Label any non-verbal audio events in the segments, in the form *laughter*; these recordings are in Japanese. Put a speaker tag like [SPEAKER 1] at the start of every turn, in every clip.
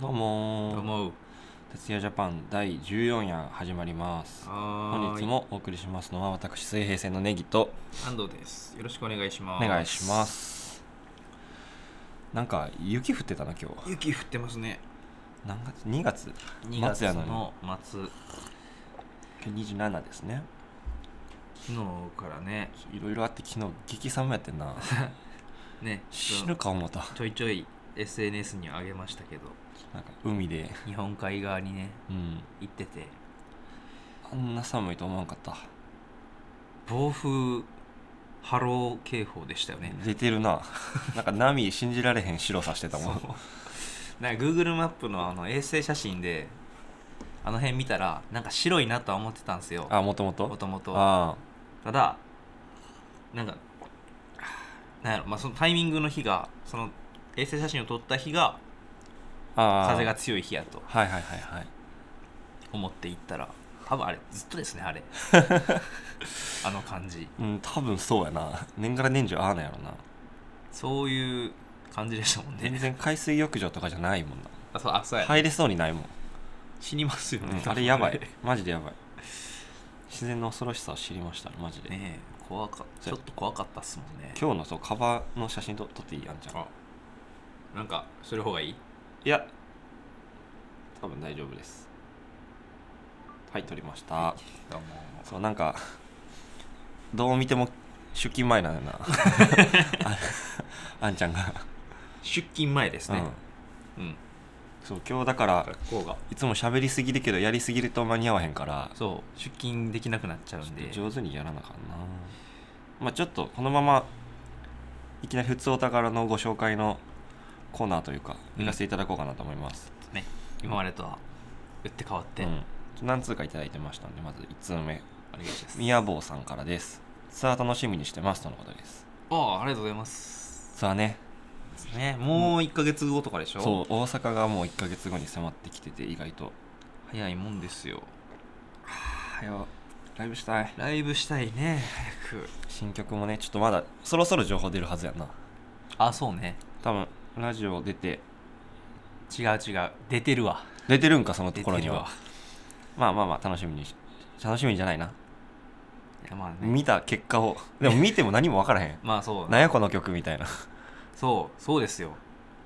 [SPEAKER 1] どうも
[SPEAKER 2] どうも
[SPEAKER 1] 徹夜ジャパン第14夜始まります本
[SPEAKER 2] はー
[SPEAKER 1] 日
[SPEAKER 2] い
[SPEAKER 1] もお送りしますのは私水平線のネギと
[SPEAKER 2] 安藤ですよろしくお願いし
[SPEAKER 1] お
[SPEAKER 2] ます
[SPEAKER 1] 願いしますなんか雪降ってたな今日
[SPEAKER 2] 雪降ってますね
[SPEAKER 1] 何月2月
[SPEAKER 2] 2
[SPEAKER 1] 夏や
[SPEAKER 2] 月
[SPEAKER 1] のに
[SPEAKER 2] の末
[SPEAKER 1] 今日27ですね
[SPEAKER 2] 昨日からね
[SPEAKER 1] いろいろあって昨日激寒やってん
[SPEAKER 2] *laughs*
[SPEAKER 1] な
[SPEAKER 2] ね
[SPEAKER 1] 死ぬか思った
[SPEAKER 2] ちょいちょい SNS に上げましたけど
[SPEAKER 1] なんか海で
[SPEAKER 2] 日本海側にね
[SPEAKER 1] うん
[SPEAKER 2] 行ってて
[SPEAKER 1] あんな寒いと思わんかった、
[SPEAKER 2] 暴風波浪警報でしたよね
[SPEAKER 1] 出てるななんか波信じられへん白さしてた
[SPEAKER 2] そ
[SPEAKER 1] も
[SPEAKER 2] うんなんか Google マップのあの衛星写真であの辺見たらなんか白いなとは思ってたんですよ
[SPEAKER 1] あもとも
[SPEAKER 2] も
[SPEAKER 1] と
[SPEAKER 2] ともと
[SPEAKER 1] あ
[SPEAKER 2] ただなんかなんやろ、まあ、そのタイミングの日がその衛星写真を撮った日が
[SPEAKER 1] ーあー
[SPEAKER 2] 風が強い日やと
[SPEAKER 1] はいはいはいはい
[SPEAKER 2] 思って行ったら多分あれずっとですね
[SPEAKER 1] *laughs*
[SPEAKER 2] あれあの感じ
[SPEAKER 1] うん多分そうやな年がら年中ああなんやろな
[SPEAKER 2] そういう感じでしたもん
[SPEAKER 1] 全
[SPEAKER 2] ね
[SPEAKER 1] 然海水浴場とかじゃないもんな
[SPEAKER 2] あそうあそうや、
[SPEAKER 1] 入れそうにないもん、
[SPEAKER 2] 死にますよ
[SPEAKER 1] うん
[SPEAKER 2] ね、多分
[SPEAKER 1] あれや *laughs* ばいマジでやばい自然の恐ろしさを知りましたマジで、
[SPEAKER 2] ねえ怖かったちょっと怖かったっすもんね
[SPEAKER 1] 今日のそうカバーの写真と撮っていいやんちゃん
[SPEAKER 2] あなんかする方がいい
[SPEAKER 1] いや多分大丈夫ですはい撮りました
[SPEAKER 2] どうも
[SPEAKER 1] そうなんかどう見ても出勤前なんだよ *laughs* なああんちゃんが、
[SPEAKER 2] 出勤前です
[SPEAKER 1] う
[SPEAKER 2] ね
[SPEAKER 1] ん、
[SPEAKER 2] うん、
[SPEAKER 1] そう今日だから
[SPEAKER 2] 学校が
[SPEAKER 1] いつも喋りすぎるけどやりすぎると間に合わへんから
[SPEAKER 2] そう出勤できなくなっちゃうんで
[SPEAKER 1] 上手にやらなあかんなまあちょっとこのままいきなり普通お宝のご紹介のコーナーというか
[SPEAKER 2] うん
[SPEAKER 1] 行かせていただこうかなと思います、
[SPEAKER 2] ね今までとは打って変わって、
[SPEAKER 1] うん何通かいただいてましたのでまず1通目
[SPEAKER 2] お願いします
[SPEAKER 1] みやぼうさんからですツアー楽しみにしてますとのことです
[SPEAKER 2] ああありがとうございます
[SPEAKER 1] ツアーね
[SPEAKER 2] ねもう1か月後とかでしょ、
[SPEAKER 1] そう大阪がもう1ヶ月後に迫ってきてて意外と
[SPEAKER 2] 早いもんですよ
[SPEAKER 1] はよライブしたい
[SPEAKER 2] ライブしたいね早く
[SPEAKER 1] 新曲もねちょっとまだそろそろ情報出るはずやな
[SPEAKER 2] あそうね
[SPEAKER 1] 多分ラジオ出て
[SPEAKER 2] 違う違う出てるわ
[SPEAKER 1] 出てるんかそのと
[SPEAKER 2] 出
[SPEAKER 1] ころ
[SPEAKER 2] て
[SPEAKER 1] に
[SPEAKER 2] るわ
[SPEAKER 1] はまあまあまあ楽しみにし楽しみじゃないない
[SPEAKER 2] やまあね
[SPEAKER 1] 見た結果をでも見ても何も分からへ *laughs* ん
[SPEAKER 2] まあそう
[SPEAKER 1] なんやこの曲みたいな
[SPEAKER 2] そうそうですよ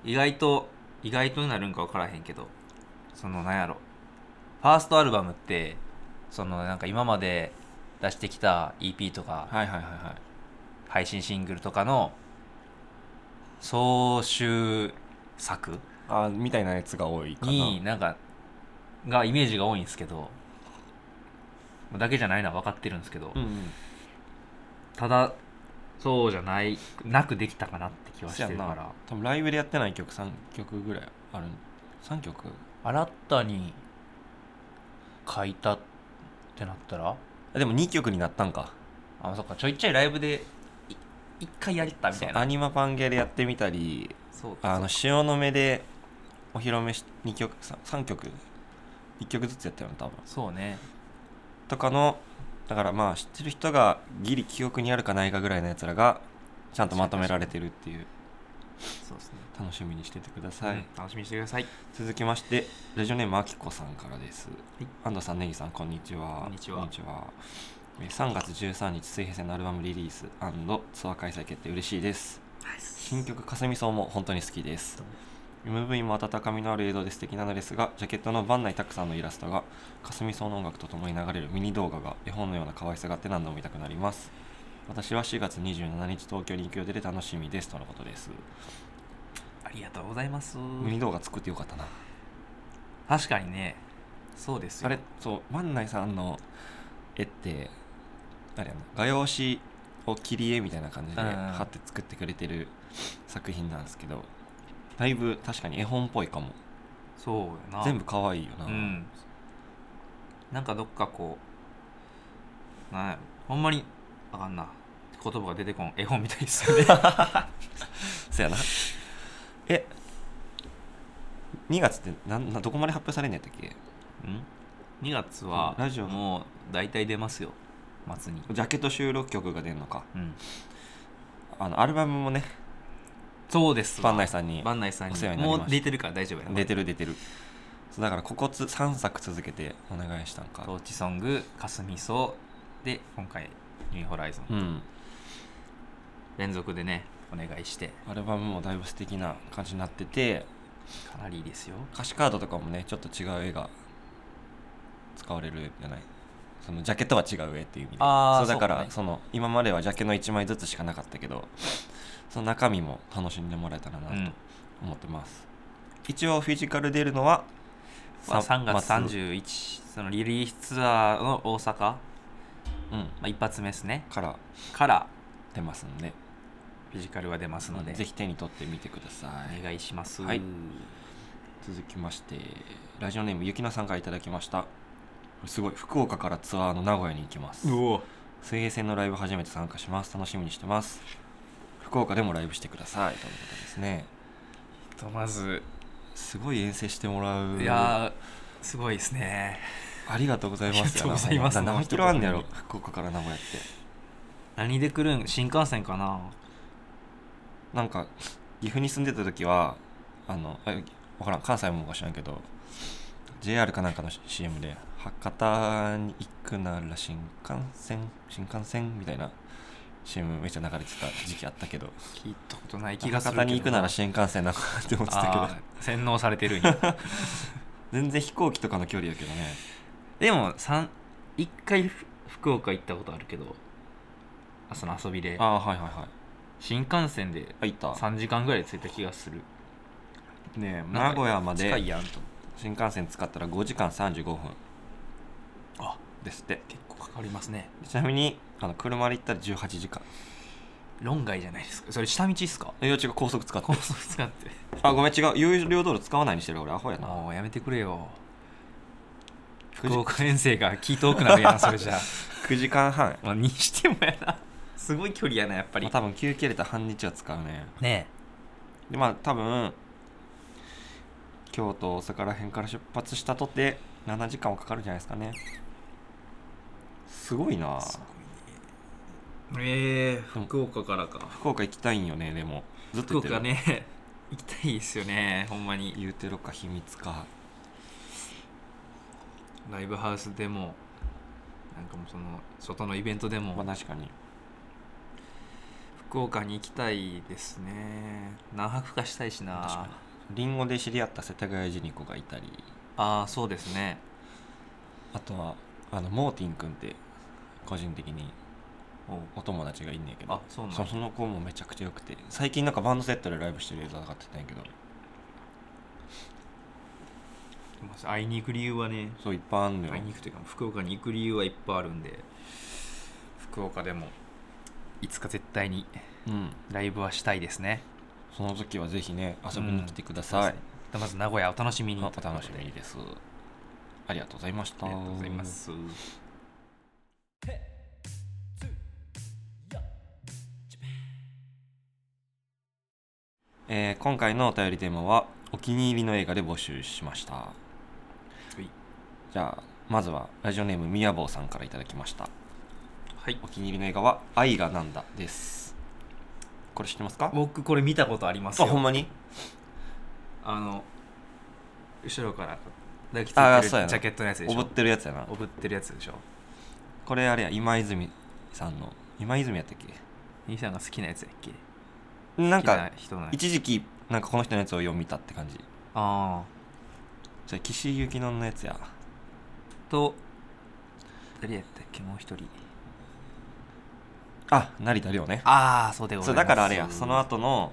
[SPEAKER 2] 意外と意外とになるんか分からへんけどそのなんやろファーストアルバムってそのなんか今まで出してきた EP とか
[SPEAKER 1] はいはいはいはい
[SPEAKER 2] 配信シングルとかの総集作
[SPEAKER 1] あみたいなやつが多いかな
[SPEAKER 2] になんかがイメージが多いんですけどだけじゃないのは分かってるんですけど、
[SPEAKER 1] うんうん
[SPEAKER 2] ただそうじゃないなくできたかなって気はし
[SPEAKER 1] そ
[SPEAKER 2] て
[SPEAKER 1] や
[SPEAKER 2] る
[SPEAKER 1] ん
[SPEAKER 2] か
[SPEAKER 1] な
[SPEAKER 2] ら
[SPEAKER 1] 多分ライブでやってない曲3曲ぐらいある3曲
[SPEAKER 2] 新たに書いたってなったら
[SPEAKER 1] あでも2曲になったんか
[SPEAKER 2] あそっかちょいちょいライブでい一回やりたみたい
[SPEAKER 1] そうア
[SPEAKER 2] な
[SPEAKER 1] ニマパンゲでやってみたり
[SPEAKER 2] そう
[SPEAKER 1] あの潮の目でお披露目し2曲 3, 曲1曲ずつやったよな多分
[SPEAKER 2] そうね
[SPEAKER 1] とかのだからまあ知ってる人がギリ記憶にあるかないかぐらいのやつらがちゃんとまとめられてるっていう
[SPEAKER 2] そうですね、
[SPEAKER 1] 楽しみにしててください、
[SPEAKER 2] うん楽しみにしてください
[SPEAKER 1] 続きましてラジオネームあきこさんからです、
[SPEAKER 2] い
[SPEAKER 1] 安藤さんネギさんこんにちは
[SPEAKER 2] こんにちは
[SPEAKER 1] えー3月13日水平線のアルバムリリースツアー開催決定嬉しいです新曲「かすみ草」も本当に好きです
[SPEAKER 2] どうも
[SPEAKER 1] MV も温かみのある映像で素敵なのですがジャケットの番内拓さんのイラストがかすみ草の音楽とともに流れるミニ動画が絵本のような可愛さがあって何度も見たくなります私は4月27日東京に行く予定で楽しみですとのことです、
[SPEAKER 2] ありがとうございます
[SPEAKER 1] ミニ動画作ってよかったな
[SPEAKER 2] 確かにねそうですよ
[SPEAKER 1] あれそう万内さんの絵ってあれやな画用紙を切り絵みたいな感じで
[SPEAKER 2] うんうん
[SPEAKER 1] 貼って作ってくれてる作品なんですけどだいぶ確かに絵本っぽいかも
[SPEAKER 2] そうやな
[SPEAKER 1] 全部可愛いよな、
[SPEAKER 2] うん、なんかどっかこうなんやろほんまにあかんな言葉が出てこん絵本みたいです
[SPEAKER 1] *laughs*
[SPEAKER 2] よね
[SPEAKER 1] そやなえ2月ってなんなどこまで発表されんのやったっけ
[SPEAKER 2] 2月は
[SPEAKER 1] ラジオ
[SPEAKER 2] もう大体出ますよ末に
[SPEAKER 1] ジャケット収録曲が出るのか
[SPEAKER 2] うん
[SPEAKER 1] あのアルバムもね
[SPEAKER 2] そうです
[SPEAKER 1] 番
[SPEAKER 2] わ
[SPEAKER 1] 内さんに
[SPEAKER 2] 番内さん
[SPEAKER 1] お世話に
[SPEAKER 2] に
[SPEAKER 1] なり
[SPEAKER 2] も
[SPEAKER 1] ました
[SPEAKER 2] う出てるから大丈夫やな
[SPEAKER 1] 出てる出てるそうだからここつ3作続けてお願いしたんか
[SPEAKER 2] トーチソング「かすみそう」で今回「ニューホライズン、
[SPEAKER 1] うん
[SPEAKER 2] 連続でねお願いして
[SPEAKER 1] アルバムもだいぶ素敵な感じになってて
[SPEAKER 2] かなりいいですよ
[SPEAKER 1] 歌詞カードとかもねちょっと違う絵が使われるじゃないそのジャケットは違う絵っていう意味で
[SPEAKER 2] あー
[SPEAKER 1] そうだから
[SPEAKER 2] そ
[SPEAKER 1] そ,、
[SPEAKER 2] うね
[SPEAKER 1] の今まではジャケの1枚ずつしかなかったけどその中身も楽しんでもらえたらな
[SPEAKER 2] うん
[SPEAKER 1] と思ってます、一応フィジカル出るのは
[SPEAKER 2] まあ、3月
[SPEAKER 1] 日、
[SPEAKER 2] 31日そのリリースツアーの大阪、ま
[SPEAKER 1] うん、
[SPEAKER 2] あ、一発目ですね
[SPEAKER 1] から
[SPEAKER 2] から
[SPEAKER 1] 出ますんで
[SPEAKER 2] フィジカルが出ますので、
[SPEAKER 1] ぜひ手に取ってみてください
[SPEAKER 2] お願いします、
[SPEAKER 1] はい続きましてラジオネームゆきなさんからいただきましたすごい福岡からツアーの名古屋に行きます
[SPEAKER 2] うお
[SPEAKER 1] 水平線のライブ初めて参加します楽しみにしてます福岡でもライブしてくださいとのことですね
[SPEAKER 2] とまず
[SPEAKER 1] すごい遠征してもらう
[SPEAKER 2] いやーすごいですね
[SPEAKER 1] ありがとうございます
[SPEAKER 2] ありがとうございます
[SPEAKER 1] なな何キロあんだやろ
[SPEAKER 2] 本
[SPEAKER 1] 福岡から名古屋って
[SPEAKER 2] 何で来るん新幹線かな
[SPEAKER 1] なんか岐阜に住んでた時はあのあわからん関西もか知らんけど JR かなんかの CM で博多に行くなら新幹線新幹線みたいな CM めっちゃ流れてた時期あったけど
[SPEAKER 2] 聞いたことない気がす
[SPEAKER 1] 博
[SPEAKER 2] るけど
[SPEAKER 1] 多に行くなら新幹線なのかなって思ってたけど
[SPEAKER 2] あー洗脳されてるんや
[SPEAKER 1] 全然飛行機とかの距離やけどね
[SPEAKER 2] *laughs* でも三一回ふ福岡行ったことあるけどあその遊びで
[SPEAKER 1] ああはいはいはい
[SPEAKER 2] 新幹線で
[SPEAKER 1] あ行った
[SPEAKER 2] 3時間ぐらいで着いた気がする
[SPEAKER 1] ねえ
[SPEAKER 2] なん
[SPEAKER 1] 名
[SPEAKER 2] か
[SPEAKER 1] 古屋ま
[SPEAKER 2] 近い
[SPEAKER 1] で
[SPEAKER 2] やんと
[SPEAKER 1] 新幹線使ったら5時間35分
[SPEAKER 2] あ
[SPEAKER 1] ですって
[SPEAKER 2] 結構かかりますね
[SPEAKER 1] ちなみにあの車で行ったら18時間
[SPEAKER 2] 論外じゃないですかそれ下道っすか
[SPEAKER 1] いや違う高速使って
[SPEAKER 2] 高速使って
[SPEAKER 1] あごめん違う有料道路使わないにしてる俺アホやな
[SPEAKER 2] もうやめてくれよ
[SPEAKER 1] 9
[SPEAKER 2] 福
[SPEAKER 1] 時
[SPEAKER 2] 岡遠征が気遠くなるやんそれじゃあ
[SPEAKER 1] 9時間半、
[SPEAKER 2] まあにしてもやなすごい距離やなやっぱ
[SPEAKER 1] ま
[SPEAKER 2] り
[SPEAKER 1] あ、多分休憩入れたら半日は使うね
[SPEAKER 2] ね
[SPEAKER 1] でまあ多分京都大阪ら辺から出発したとて7時間はかかるんじゃないですかねすごいな
[SPEAKER 2] えええ
[SPEAKER 1] でも
[SPEAKER 2] 福岡からか
[SPEAKER 1] 福岡行きたいんよねでもずっ
[SPEAKER 2] 福
[SPEAKER 1] と言ってる
[SPEAKER 2] 岡ね行きたいですよねほんまに
[SPEAKER 1] 言うてろか秘密か
[SPEAKER 2] ライブハウスでもなんかもうその外のイベントでも
[SPEAKER 1] まあ確かに
[SPEAKER 2] 福岡に行きたいですね何泊かしたいしな
[SPEAKER 1] 確かにリンゴで知り合った世田谷ジニコがいたり
[SPEAKER 2] ああそうですね
[SPEAKER 1] あとはあのモーティン君って個人的にお友達がいんねんけど
[SPEAKER 2] あそうなん
[SPEAKER 1] そ
[SPEAKER 2] だ
[SPEAKER 1] その子もめちゃくちゃ良くて最近なんかバンドセットでライブしてる映像上がってたんやけど
[SPEAKER 2] 会いに行く理由はね
[SPEAKER 1] そういっぱいあんのよ
[SPEAKER 2] 会いに行くというか福岡に行く理由はいっぱいあるんで福岡でもいつか絶対に
[SPEAKER 1] うん
[SPEAKER 2] ライブはしたいですね
[SPEAKER 1] その時はぜひね遊びに来てください、
[SPEAKER 2] まず名古屋お楽しみに
[SPEAKER 1] あお楽しみにですありがとうございました
[SPEAKER 2] ありがとうございます
[SPEAKER 1] えー今回のお便りテーマはお気に入りの映画で募集しました
[SPEAKER 2] はい
[SPEAKER 1] じゃあまずはラジオネームみやぼうさんからいただきました
[SPEAKER 2] はい
[SPEAKER 1] お気に入りの映画は「愛がなんだ」ですこれ知ってますか
[SPEAKER 2] 僕これ見たことあります
[SPEAKER 1] あほん
[SPEAKER 2] よ
[SPEAKER 1] まに
[SPEAKER 2] あの後ろから抱きつ
[SPEAKER 1] あーそ
[SPEAKER 2] い
[SPEAKER 1] う
[SPEAKER 2] て
[SPEAKER 1] や
[SPEAKER 2] る
[SPEAKER 1] な
[SPEAKER 2] ジャケットのやつで
[SPEAKER 1] お
[SPEAKER 2] し
[SPEAKER 1] ぶ
[SPEAKER 2] ょ
[SPEAKER 1] ってるやつやな
[SPEAKER 2] おぶってるやつでしょ
[SPEAKER 1] これあれや今泉さんの今泉やったっけ
[SPEAKER 2] 兄さんが好きなやつやっけ
[SPEAKER 1] なんか
[SPEAKER 2] 好きな人のやつ
[SPEAKER 1] 一時期なんかこの人のやつを読みたって感じ
[SPEAKER 2] あ
[SPEAKER 1] じゃあ岸井ゆきののやつや
[SPEAKER 2] あと誰やったっけもう一人
[SPEAKER 1] あ成田凌ね
[SPEAKER 2] ああそうでござ
[SPEAKER 1] そ
[SPEAKER 2] いうま
[SPEAKER 1] だ
[SPEAKER 2] す
[SPEAKER 1] からあれやその後の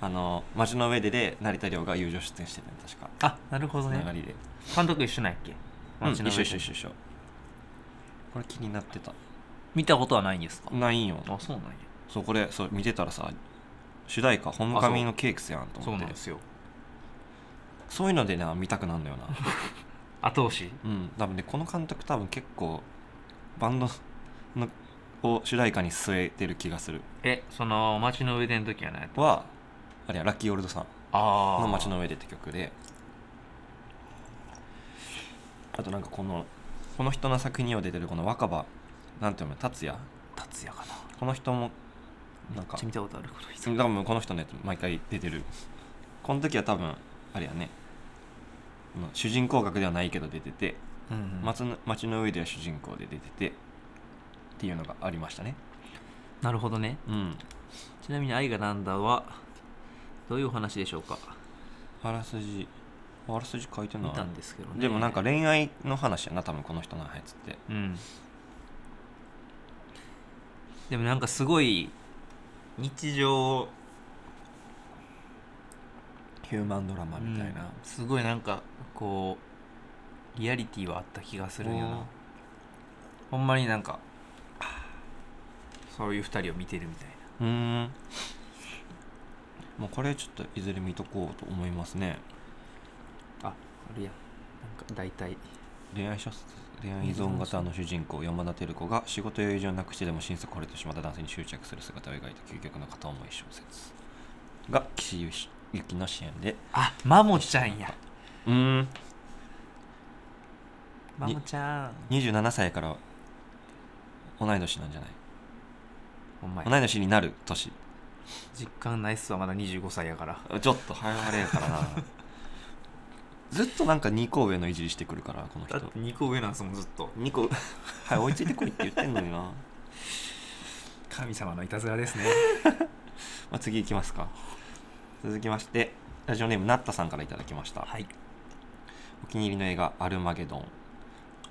[SPEAKER 1] あの街の上でで成田凌が友情出演してたの確か
[SPEAKER 2] あなるほど
[SPEAKER 1] つなが
[SPEAKER 2] ね
[SPEAKER 1] りで、
[SPEAKER 2] 監督一緒なんやっけ
[SPEAKER 1] うん、
[SPEAKER 2] 街
[SPEAKER 1] 一
[SPEAKER 2] の
[SPEAKER 1] 緒
[SPEAKER 2] 上で
[SPEAKER 1] 一緒一緒一緒これ気になってた
[SPEAKER 2] 見たことはないんですか
[SPEAKER 1] ないんよ
[SPEAKER 2] あそうなんや
[SPEAKER 1] そうこれそう見てたらさ主題歌「ホムカミのケークス」やんと
[SPEAKER 2] そう
[SPEAKER 1] 思って
[SPEAKER 2] なん
[SPEAKER 1] そう
[SPEAKER 2] ですよ
[SPEAKER 1] いうのでな見たくなんだよな *laughs*
[SPEAKER 2] 後押し
[SPEAKER 1] うん多分ねこの監督多分結構バンドのを主題歌に据えてる気がする
[SPEAKER 2] えその街の上での時はない
[SPEAKER 1] はあれやラッキーオールドさん
[SPEAKER 2] あ
[SPEAKER 1] の街の上でって曲であとなんかこのこの人の作品には出てるこの若葉なんていうの達也
[SPEAKER 2] 達也かな
[SPEAKER 1] この人もなんか
[SPEAKER 2] ちょ見たことあるこの人
[SPEAKER 1] 多分この人のやつ毎回出てるこの時は多分あれやねまあ主人公格ではないけど出てて
[SPEAKER 2] うんうん
[SPEAKER 1] 街の街の上では主人公で出ててっていうのがありましたね
[SPEAKER 2] なるほどね
[SPEAKER 1] うん
[SPEAKER 2] ちなみに「愛がなんだ」はどういうお話でしょうか
[SPEAKER 1] あらすじあらすじ書いてな
[SPEAKER 2] 見
[SPEAKER 1] い
[SPEAKER 2] たんですけどね
[SPEAKER 1] でもなんか恋愛の話やな多分この人のやつって
[SPEAKER 2] うんでもなんかすごい日常
[SPEAKER 1] ヒューマンドラマみたいな、
[SPEAKER 2] うんすごいなんかこうリアリティはあった気がするんよ
[SPEAKER 1] おー
[SPEAKER 2] なほんまになんかそういう二人を見てるみたいな
[SPEAKER 1] うーんもうこれちょっといずれ見とこうと思いますね
[SPEAKER 2] ああるやんなんか大体
[SPEAKER 1] 恋愛小説恋愛依存型の主人公山田照子が仕事や友情をなくしてでも心底惚れてしまった男性に執着する姿を描いた究極の片思い小説が岸由紀の支援で
[SPEAKER 2] あマモちゃんや
[SPEAKER 1] うーん
[SPEAKER 2] マモちゃん
[SPEAKER 1] 27歳から同い年なんじゃない、
[SPEAKER 2] ほんま
[SPEAKER 1] 同
[SPEAKER 2] や
[SPEAKER 1] い年になる年
[SPEAKER 2] 実感ないっすわまだ25歳やから
[SPEAKER 1] ちょっと早れやから *laughs* なずっとなんか2個上のいじりしてくるからこの
[SPEAKER 2] だっ
[SPEAKER 1] 人
[SPEAKER 2] て2個上なんすもんずっと
[SPEAKER 1] 2個はい追いついてこいって言ってんのにな、 *laughs* ま
[SPEAKER 2] 神様のいたずらですね
[SPEAKER 1] あ、次いきますか続きましてラジオネームなったさんからいただきました、
[SPEAKER 2] *laughs* はい
[SPEAKER 1] お気に入りの映画「アルマゲドン」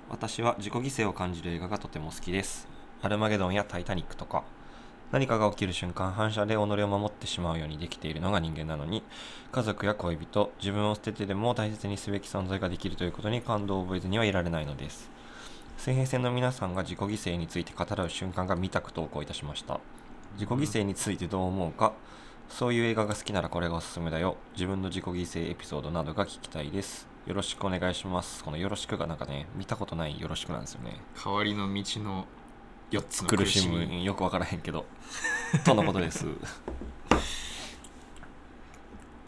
[SPEAKER 1] 私は自己犠牲を感じる映画がとても好きですアルマゲドンやタイタニックとか何かが起きる瞬間反射で己を守ってしまうようにできているのが人間なのに家族や恋人自分を捨ててでも大切にすべき存在ができるということに感動を覚えずにはいられないのです水平線の皆さんが自己犠牲について語らう瞬間が見たく投稿いたしました自己犠牲についてどう思うかそういう映画が好きならこれがおすすめだよ自分の自己犠牲エピソードなどが聞きたいですよろしくお願いしますこの「よろしく」がなんかね見たことない「よろしく」なんですよね
[SPEAKER 2] 代わりの道の4つの
[SPEAKER 1] 苦しむよくわからへんけど *laughs* とのことです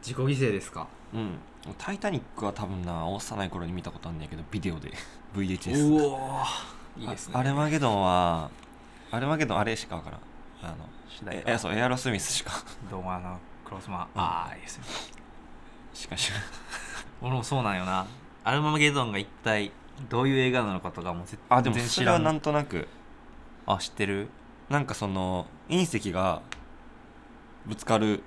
[SPEAKER 2] 自己犠牲ですか
[SPEAKER 1] うん「タイタニック」は多分な幼い頃に見たことあんねんけどビデオで *laughs* VHS
[SPEAKER 2] うおーいいですね
[SPEAKER 1] あアルマゲドンはアルマゲドンあれしかわからんあの
[SPEAKER 2] 主題
[SPEAKER 1] え
[SPEAKER 2] 歌
[SPEAKER 1] えそうエアロスミスしか *laughs*
[SPEAKER 2] どうもあのクロスマンああいいですね
[SPEAKER 1] しかし
[SPEAKER 2] 俺もそうなんよなアルマゲドンが一体どういう映画なのかとかもうぜ
[SPEAKER 1] あでも
[SPEAKER 2] 全然
[SPEAKER 1] そ
[SPEAKER 2] 知
[SPEAKER 1] れ
[SPEAKER 2] ら
[SPEAKER 1] は
[SPEAKER 2] ん
[SPEAKER 1] なんとなく
[SPEAKER 2] あ知ってる
[SPEAKER 1] なんかその隕石がぶつかる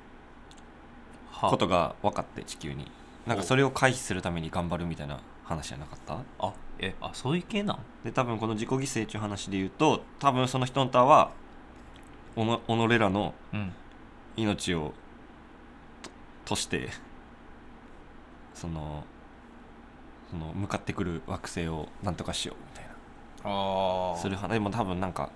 [SPEAKER 2] は
[SPEAKER 1] ことが分かって地球になんかそれを回避するために頑張るみたいな話じゃなかった
[SPEAKER 2] あえあそういう系なん
[SPEAKER 1] で多分この自己犠牲っていう話で言うと多分その人の他はおの己らの
[SPEAKER 2] うん
[SPEAKER 1] 命をととしてそのその向かってくる惑星をなんとかしようみたい
[SPEAKER 2] あ
[SPEAKER 1] なする話でも多分なんか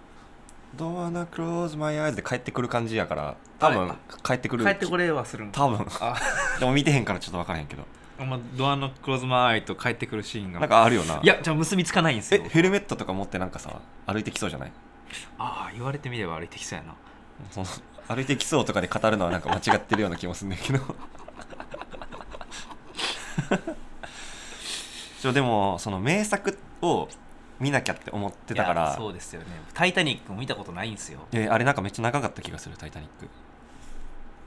[SPEAKER 1] 「Don't wanna close my eyes」で帰ってくる感じやから多分
[SPEAKER 2] あ
[SPEAKER 1] 帰ってくる
[SPEAKER 2] 帰ってこれはするん
[SPEAKER 1] 多分 *laughs*
[SPEAKER 2] あ
[SPEAKER 1] でも見てへんからちょっと分からへんけど
[SPEAKER 2] あんまドアのクローズマンアイと帰ってくるシーンが
[SPEAKER 1] なんかあるよない
[SPEAKER 2] やじゃあ結びつかないんです
[SPEAKER 1] え
[SPEAKER 2] よ
[SPEAKER 1] ヘルメットとか持ってなんかさ歩いてきそうじゃない
[SPEAKER 2] ああ言われてみれば歩いてきそうやな
[SPEAKER 1] その歩いてきそうとかで語るのはなんか間違ってるような気もするんだけどちょでもその名作を見なきゃって思ってたか
[SPEAKER 2] いや
[SPEAKER 1] ら
[SPEAKER 2] そうですよね「タイタニック」も見たことないんですよ
[SPEAKER 1] であれなんかめっちゃ長かった気がする「タイタニック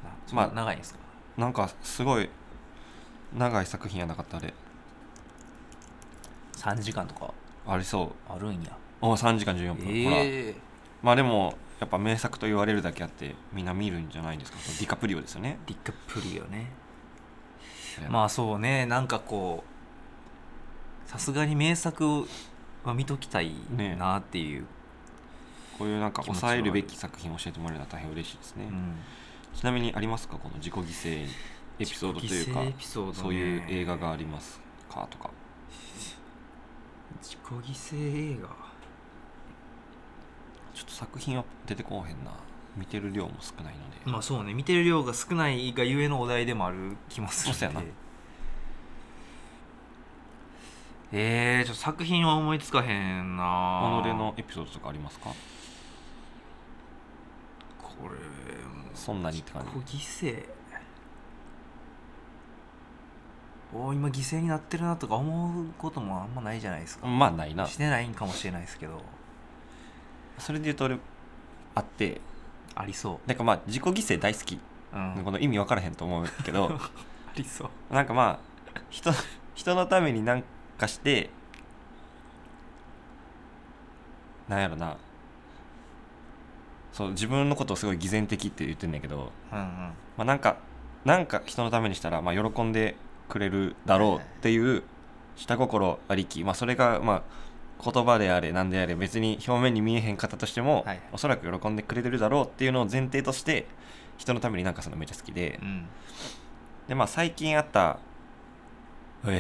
[SPEAKER 2] な
[SPEAKER 1] まあ
[SPEAKER 2] まあ長いんですか」
[SPEAKER 1] なんかすごい長い作品やなかったあれ
[SPEAKER 2] 3時間とか
[SPEAKER 1] ありそう
[SPEAKER 2] あるんや
[SPEAKER 1] お3時間14分、ほら
[SPEAKER 2] ええ
[SPEAKER 1] まあでもやっぱ名作と言われるだけあってみんな見るんじゃないですかそのディカプリオですよね
[SPEAKER 2] ディカプリオねまあそうねなんかこうさすがに名作は見ときたい
[SPEAKER 1] ね
[SPEAKER 2] なっていう、
[SPEAKER 1] こういうなんか
[SPEAKER 2] 気持ち
[SPEAKER 1] 抑えるべき作品を教えてもらえるのは大変嬉しいですね、
[SPEAKER 2] うん
[SPEAKER 1] ちなみにありますかこの自己犠牲エピソードというか
[SPEAKER 2] 自己犠牲エピソードね
[SPEAKER 1] そういう映画がありますかとか
[SPEAKER 2] 自己犠牲映画
[SPEAKER 1] ちょっと作品は出てこうへんな見てる量も少ないので、
[SPEAKER 2] まあそうね見てる量が少ないがゆえのお題でもある気もするんで
[SPEAKER 1] そうやな
[SPEAKER 2] えー、ちょっと作品は思いつかへんな
[SPEAKER 1] 己のエピソードとかありますか
[SPEAKER 2] これも
[SPEAKER 1] そんなにって感じ
[SPEAKER 2] 自己犠牲おー今犠牲になってるなとか思うこともあんまないじゃないですか、
[SPEAKER 1] まあないな
[SPEAKER 2] してないんかもしれないですけど
[SPEAKER 1] それで言うと俺あって
[SPEAKER 2] ありそ
[SPEAKER 1] なんかまあ自己犠牲大好き、
[SPEAKER 2] う、うん、
[SPEAKER 1] この意味分からへんと思うけど
[SPEAKER 2] ありそう
[SPEAKER 1] なんかまあ人人のためになんかしてなんやろなそう自分のことをすごい偽善的って言ってんねんけど、
[SPEAKER 2] うんうん
[SPEAKER 1] まあ、なんかなんか人のためにしたらまあ喜んでくれるだろうっていう下心ありき、まあ、それがまあ言葉であれ何であれ別に表面に見えへん方としても、
[SPEAKER 2] はいはい
[SPEAKER 1] おそらく喜んでくれてるだろうっていうのを前提として人のためになんかするのめっちゃ好きで、
[SPEAKER 2] うん
[SPEAKER 1] でまあ最近あった「おい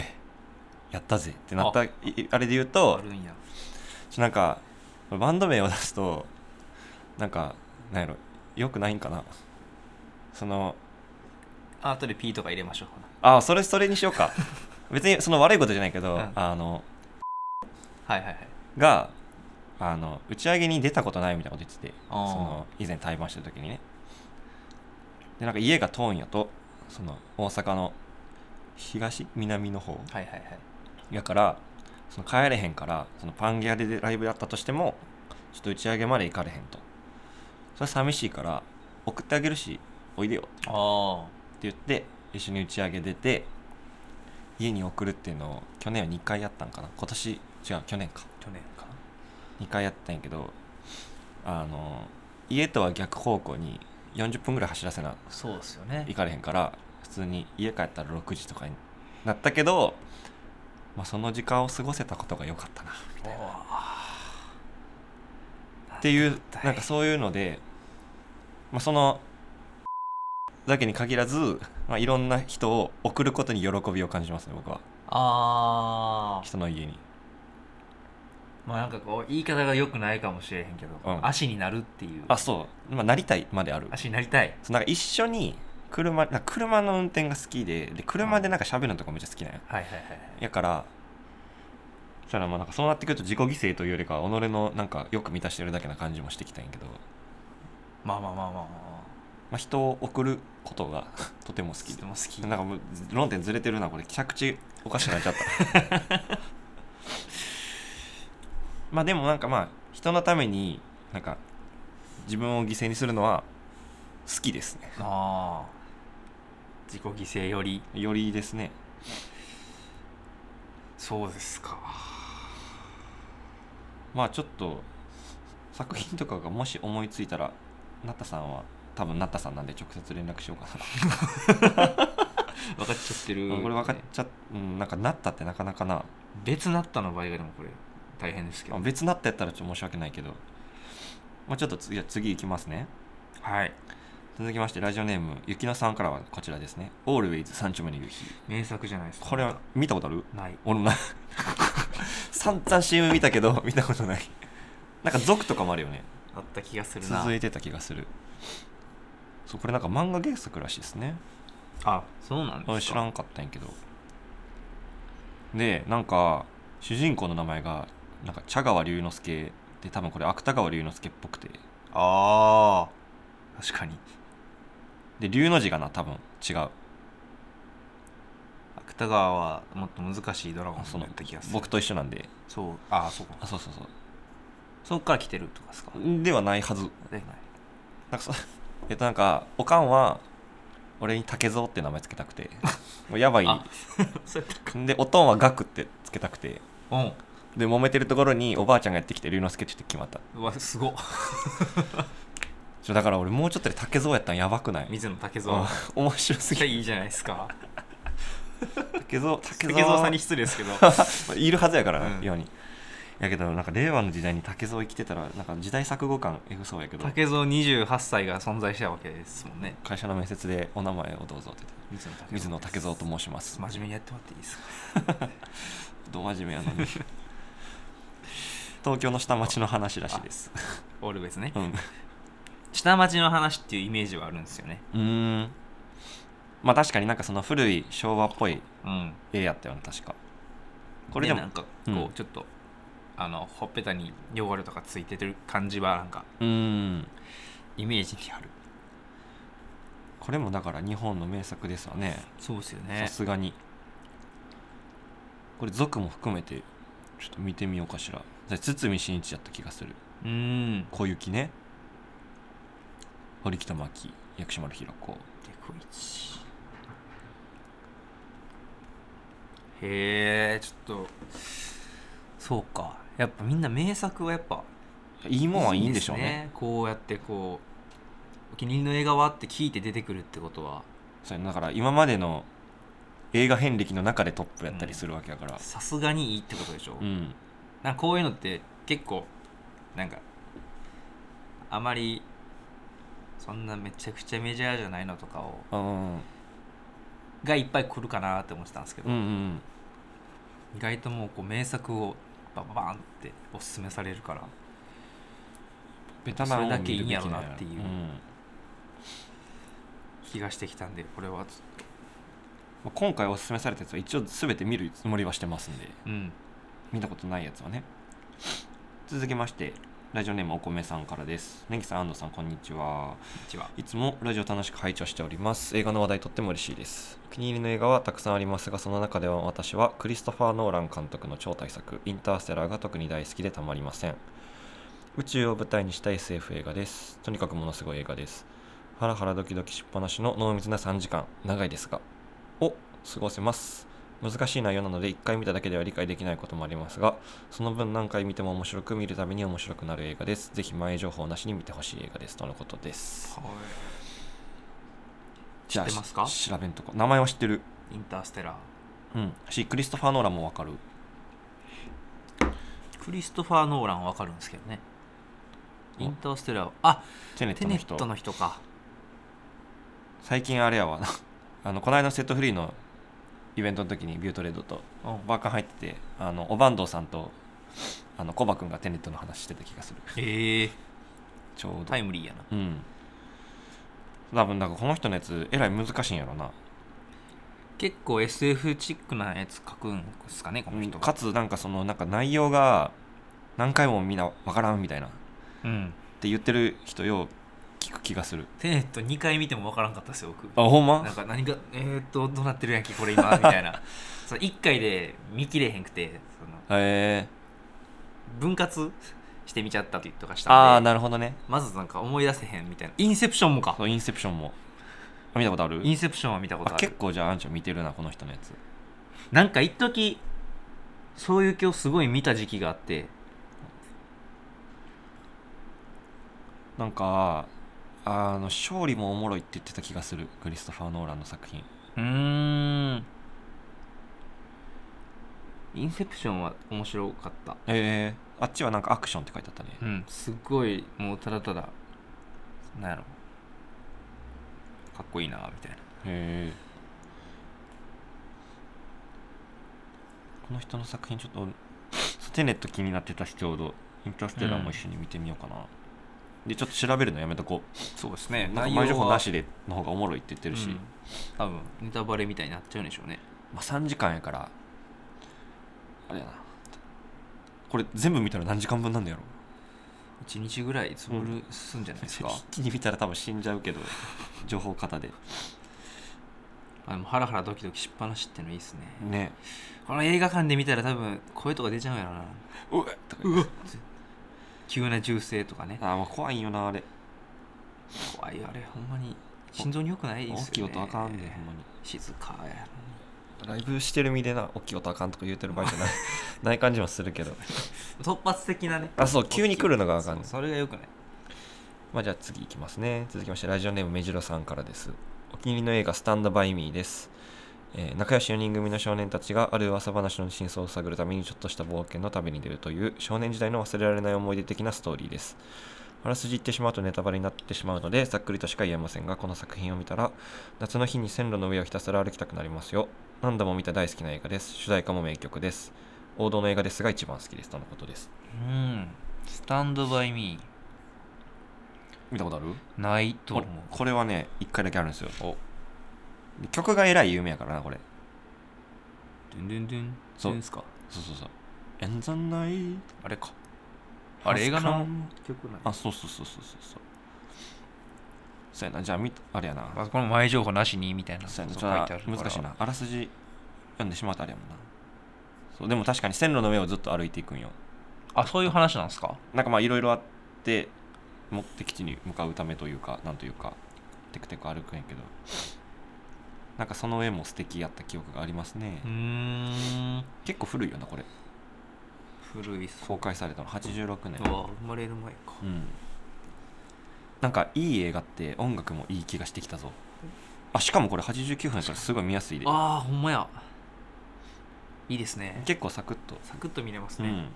[SPEAKER 1] やったぜ」ってなったいいあれで言うと
[SPEAKER 2] あるんや
[SPEAKER 1] ちょなんかバンド名を出すとなんかなんやろよくないんかなその
[SPEAKER 2] あ後で P とか入れましょうほな
[SPEAKER 1] あそれそれにしよう
[SPEAKER 2] *laughs*
[SPEAKER 1] か別にその悪いことじゃないけど、
[SPEAKER 2] うん
[SPEAKER 1] あの
[SPEAKER 2] はいはいはい
[SPEAKER 1] があの打ち上げに出たことないみたいなこと言っててそ
[SPEAKER 2] あー
[SPEAKER 1] の以前対バンした時にねでなんか家が遠いんやとその大阪の東南の方
[SPEAKER 2] はいはいはい
[SPEAKER 1] やからその帰れへんからそのパンギアでライブやったとしてもちょっと打ち上げまで行かれへんとそれは寂しいから送ってあげるしおいでよって
[SPEAKER 2] あ
[SPEAKER 1] 言って一緒に打ち上げ出て家に送るっていうのを去年は2回やったんかな今年違う去年か
[SPEAKER 2] あ去年か
[SPEAKER 1] 2回やったんやけどあの家とは逆方向に40分ぐらい走らせな
[SPEAKER 2] そうですよね
[SPEAKER 1] 行かれへんから普通に家帰ったら6時とかになったけど、まあ、その時間を過ごせたことが良かったな
[SPEAKER 2] おー
[SPEAKER 1] っていう
[SPEAKER 2] はい
[SPEAKER 1] なんかそういうので、まあ、そのだけに限らず、まあ、いろんな人を送ることに喜びを感じますね僕は
[SPEAKER 2] ああ
[SPEAKER 1] 人の家に
[SPEAKER 2] まあなんかこう言い方が良くないかもしれへんけど、
[SPEAKER 1] うん
[SPEAKER 2] 足になるっていう
[SPEAKER 1] あそう、まあ、なりたいまである
[SPEAKER 2] 足になりたい
[SPEAKER 1] そうなんか一緒に車なんか車の運転が好きでで車でなんか喋るのとかめっちゃ好きなんよ
[SPEAKER 2] はいはいはいはい
[SPEAKER 1] やからそしたらまあなんかそうなってくると自己犠牲というよりかは己のなんかよく満たしてるだけな感じもしてきたんやけど、ま
[SPEAKER 2] まあまあまあまあま
[SPEAKER 1] あ、人を送ることが *laughs* とても好
[SPEAKER 2] あ
[SPEAKER 1] きで
[SPEAKER 2] でも好き
[SPEAKER 1] なんかもう論点ずれてるなこれ着地おかしくなっちゃった *laughs* まあでもなんかまあ人のためになんか自分を犠牲にするのは好きですね
[SPEAKER 2] ああ自己犠牲より
[SPEAKER 1] よりですね
[SPEAKER 2] そうですか
[SPEAKER 1] まあちょっと作品とかがもし思いついたらなったさんは多分なったさんなんで直接連絡しようか
[SPEAKER 2] 分かっちゃってる、
[SPEAKER 1] なこれ分かっちゃっ、うん、なんかなったってなかなかな
[SPEAKER 2] 別なったの場合がでもこれ大変ですけ
[SPEAKER 1] まあ
[SPEAKER 2] ど
[SPEAKER 1] 別なったやったらちょっと申し訳ないけど、まあ、ちょっと次は次いきますね
[SPEAKER 2] はい
[SPEAKER 1] 続きましてラジオネームゆきのさんからはこちらですね「Always 三丁目の夕日
[SPEAKER 2] 名作じゃないです」か
[SPEAKER 1] これは見たことある
[SPEAKER 2] ない
[SPEAKER 1] 俺もな *laughs* 散々 CM 見たけど見たことないなんか族とかもあるよね
[SPEAKER 2] あった気がするな
[SPEAKER 1] 続いてた気がするそうこれなんか漫画原作らしいですね
[SPEAKER 2] あそうなんです
[SPEAKER 1] 俺
[SPEAKER 2] か
[SPEAKER 1] 知らんかったんやけどでなんか主人公の名前がなんか茶川龍之介で多分これ芥川龍之介っぽくて
[SPEAKER 2] ああ確かに
[SPEAKER 1] で龍の字がな多分違う
[SPEAKER 2] 芥川はもっと難しいドラゴン
[SPEAKER 1] そ
[SPEAKER 2] だ
[SPEAKER 1] の
[SPEAKER 2] った気がする
[SPEAKER 1] 僕と一緒なんで
[SPEAKER 2] そうああそうか
[SPEAKER 1] あそうそうそ
[SPEAKER 2] そっから来てるとかですか
[SPEAKER 1] うではないはず
[SPEAKER 2] で
[SPEAKER 1] なんかそ *laughs* えっとなんかおかんは俺に竹蔵って名前つけたくてもうやばい
[SPEAKER 2] あそうやったか
[SPEAKER 1] でおとんはガクってつけたくて
[SPEAKER 2] うん
[SPEAKER 1] で揉めてるところにおばあちゃんがやってきて龍之介って決まった
[SPEAKER 2] うわすごっ
[SPEAKER 1] ちょだから俺もうちょっとで竹蔵やったんやばくない
[SPEAKER 2] 水野竹
[SPEAKER 1] うん
[SPEAKER 2] 蔵
[SPEAKER 1] 面白す
[SPEAKER 2] い
[SPEAKER 1] ぎ
[SPEAKER 2] や
[SPEAKER 1] る
[SPEAKER 2] いいじゃないですか
[SPEAKER 1] 竹蔵竹
[SPEAKER 2] 竹
[SPEAKER 1] 蔵
[SPEAKER 2] 蔵さんに失礼ですけど
[SPEAKER 1] *laughs* いるはずやから
[SPEAKER 2] うん
[SPEAKER 1] ように、やけどなんか令和の時代に竹蔵生きてたらなんか時代錯誤感えぐそうやけど
[SPEAKER 2] 竹蔵28歳が存在したわけですもんね
[SPEAKER 1] 会社の面接でお名前をどうぞって言って
[SPEAKER 2] 水野竹
[SPEAKER 1] 水野竹蔵と申します
[SPEAKER 2] 真面目にやってもらっていいですか
[SPEAKER 1] ど真面目やのに東京の下町の話らしいです
[SPEAKER 2] オールウェイズね
[SPEAKER 1] うんう
[SPEAKER 2] 下町の話っていうイメージはあるんですよね
[SPEAKER 1] ーんまあ確かになんかその古い昭和っぽい
[SPEAKER 2] うん
[SPEAKER 1] 絵やったよね確かこれでも
[SPEAKER 2] なんかこう、
[SPEAKER 1] うん
[SPEAKER 2] ちょっとあのほっぺたに汚れとかついてる感じはなんか
[SPEAKER 1] うーん
[SPEAKER 2] イメージにある
[SPEAKER 1] これもだから日本の名作ですわね
[SPEAKER 2] そうですよ
[SPEAKER 1] さすがにこれ族も含めてちょっと見てみようかしらじゃあ堤真一やった気がする
[SPEAKER 2] うーん
[SPEAKER 1] 小雪ね堀北真希薬師丸ひろ子
[SPEAKER 2] コイチへえちょっとそうかやっぱみんな名作はやっぱ
[SPEAKER 1] いいもんはいいんでしょうね
[SPEAKER 2] いいですこうやってこうお気に入りの映画はって聞いて出てくるってことは
[SPEAKER 1] そうやなだから今までの映画遍歴の中でトップやったりするわけやから
[SPEAKER 2] さすがにいいってことでしょ、
[SPEAKER 1] うん、
[SPEAKER 2] なんかこういうのって結構なんかあまりそんなめちゃくちゃメジャーじゃないのとかを
[SPEAKER 1] あー
[SPEAKER 2] がいっぱい来るかなって思ってたんですけど、
[SPEAKER 1] うんうんうん
[SPEAKER 2] 意外ともうこう名作をバババーンっておすすめされるから
[SPEAKER 1] ベタなのを
[SPEAKER 2] それだけ
[SPEAKER 1] 見るべき
[SPEAKER 2] いいんやろなっていう
[SPEAKER 1] うん
[SPEAKER 2] 気がしてきたんでこれは
[SPEAKER 1] まあ今回おすすめされたやつは一応全て見るつもりはしてますんで
[SPEAKER 2] うん
[SPEAKER 1] 見たことないやつはね続きましてラジオネームお米さんからですねぎさん安藤さんこんにちは
[SPEAKER 2] 一はい
[SPEAKER 1] つもラジオ楽しく拝聴しております映画の話題とっても嬉しいですお気に入りの映画はたくさんありますがその中では私はクリストファー・ノーラン監督の超大作インターステラーが特に大好きでたまりません宇宙を舞台にした SF 映画ですとにかくものすごい映画ですハラハラドキドキしっぱなしの濃密な3時間長いですがを過ごせます難しい内容なので1回見ただけでは理解できないこともありますがその分何回見ても面白く見るたびに面白くなる映画ですぜひ前情報なしに見てほしい映画ですとのことです知
[SPEAKER 2] ってますか
[SPEAKER 1] 調べんとこ名前は知ってる
[SPEAKER 2] インターステラ
[SPEAKER 1] うんしクリストファー・ノーランもわかる
[SPEAKER 2] ークリストファー・ノーランわかるんですけどねインターステラーあ
[SPEAKER 1] テネッ
[SPEAKER 2] テ
[SPEAKER 1] トの
[SPEAKER 2] ネッ
[SPEAKER 1] 人
[SPEAKER 2] トの人か
[SPEAKER 1] 最近あれやわ *laughs* あのこの間のセットフリーのイベントの時にビュートレードと
[SPEAKER 2] うん
[SPEAKER 1] バーカン入っててあのおばんどうさんとあのコバ君がテネットの話してた気がする
[SPEAKER 2] ええ
[SPEAKER 1] ちょうど、
[SPEAKER 2] タイムリーやな
[SPEAKER 1] うん多分なんかこの人のやつえらい難しいんやろな
[SPEAKER 2] 結構 SF チックなやつ書くんですかねこの人
[SPEAKER 1] かつなんかそのなんか内容が何回もみんなわからんみたいなっ
[SPEAKER 2] うん
[SPEAKER 1] て言ってる人よう聞く気がする
[SPEAKER 2] テネット2回見てもわからんかったですよ僕
[SPEAKER 1] あほんま
[SPEAKER 2] なんか何がえー、っとどうなってるやんけこれ今みた
[SPEAKER 1] *laughs*
[SPEAKER 2] いなその1回で見切れへんくてその
[SPEAKER 1] へえ
[SPEAKER 2] 分割してみちゃったりとかしたんで
[SPEAKER 1] ああなるほどね
[SPEAKER 2] まずなんか思い出せへんみたいなインセプションもか
[SPEAKER 1] そうインセプションもあ見たことある
[SPEAKER 2] インセプションは見たこと
[SPEAKER 1] あ
[SPEAKER 2] あ
[SPEAKER 1] 結
[SPEAKER 2] る
[SPEAKER 1] 構じゃああんちゃん見てるなこの人のやつ
[SPEAKER 2] なんか一時そういう気をすごい見た時期があって
[SPEAKER 1] なんかあの勝利もおもろいって言ってた気がするクリストファー・ノーランの作品
[SPEAKER 2] うーんインセプションは面白かった
[SPEAKER 1] ええあっちはなんかアクションって書いてあったね
[SPEAKER 2] うんすっごいもうただただなんやろかっこいいなみたいな
[SPEAKER 1] へえこの人の作品ちょっとそうテネット気になってたしちょうどインターステラーも一緒に見てみようかな、でちょっと調べるのやめとこ
[SPEAKER 2] そうです
[SPEAKER 1] う、
[SPEAKER 2] ね
[SPEAKER 1] なんか前情報なしでの方がおもろいって言ってるし、
[SPEAKER 2] うん多分ネタバレみたいになっちゃうんでしょうね
[SPEAKER 1] まあ、3時間やからあれやなこれ全部見たら何時間分なんだやろ
[SPEAKER 2] 1日ぐらい潰るすんじゃないですか、
[SPEAKER 1] 一気に見たら多分死んじゃう *laughs* けど情報型で
[SPEAKER 2] あでもハラハラドキドキしっぱなしってのいいですね
[SPEAKER 1] ね
[SPEAKER 2] この映画館で見たら多分声とか出ちゃうんやろな
[SPEAKER 1] うわっとか言って
[SPEAKER 2] 急な銃声とかね
[SPEAKER 1] あーまあ怖いんよなあれ
[SPEAKER 2] 怖いあれほんまに心臓に良くないで
[SPEAKER 1] 大
[SPEAKER 2] す
[SPEAKER 1] きい
[SPEAKER 2] よね
[SPEAKER 1] 音あかんでほんまに
[SPEAKER 2] 静かやの
[SPEAKER 1] ライブしてる身でな大きい音あかんとか言うてる場合じゃ *laughs* ないない感じもするけど
[SPEAKER 2] に突発的なね
[SPEAKER 1] あそう急に来るのがあかんね
[SPEAKER 2] そうそれが良くない
[SPEAKER 1] まあじゃあ次いきますね続きましてラジオネーム目白さんからですお気に入りの映画「スタンド・バイ・ミー」です、えー仲良し4人組の少年たちがある噂話の真相を探るためにちょっとした冒険の旅に出るという少年時代の忘れられない思い出的なストーリーですあらすじ言ってしまうとネタバレになってしまうのでざっくりとしか言えませんがこの作品を見たら夏の日に線路の上をひたすら歩きたくなりますよ何度も見た大好きな映画です主題歌も名曲です王道の映画ですが一番好きですとのことです
[SPEAKER 2] うんスタンドバイミ
[SPEAKER 1] 見たことある
[SPEAKER 2] ーないと思う
[SPEAKER 1] これはね1回だけあるんですよで曲がえらい有名やからなこれ
[SPEAKER 2] ドゥンドゥンドゥン
[SPEAKER 1] そう
[SPEAKER 2] ドゥンっすか
[SPEAKER 1] そうそうそう「エンザナイ
[SPEAKER 2] あれかあれ映画の曲なん
[SPEAKER 1] あそうそうそうそうそうそうそうやなじゃあみあれやな
[SPEAKER 2] あこの前情報なしにみたいな
[SPEAKER 1] そうやな
[SPEAKER 2] こ
[SPEAKER 1] じ
[SPEAKER 2] と書
[SPEAKER 1] ゃ
[SPEAKER 2] てある
[SPEAKER 1] あ
[SPEAKER 2] から
[SPEAKER 1] 難しいなあらすじ読んでしまうとあれやもんなそうでも確かに線路の上をずっと歩いていくんよ
[SPEAKER 2] あそういう話なんですか
[SPEAKER 1] なんかまあいろいろあって目的地に向かうためというかなんというかテクテク歩くんやけどなんかその絵も素敵やった記憶がありますね、
[SPEAKER 2] うーん
[SPEAKER 1] 結構古いよなこれ
[SPEAKER 2] 古いっす
[SPEAKER 1] 公開されたの86年
[SPEAKER 2] うわ生まれる前か
[SPEAKER 1] うんなんかいい映画って音楽もいい気がしてきたぞあしかもこれ89分やからすごい見やすいで
[SPEAKER 2] ああほんまやいいですね
[SPEAKER 1] 結構サクッと、
[SPEAKER 2] サクッと見れます
[SPEAKER 1] うん
[SPEAKER 2] ね、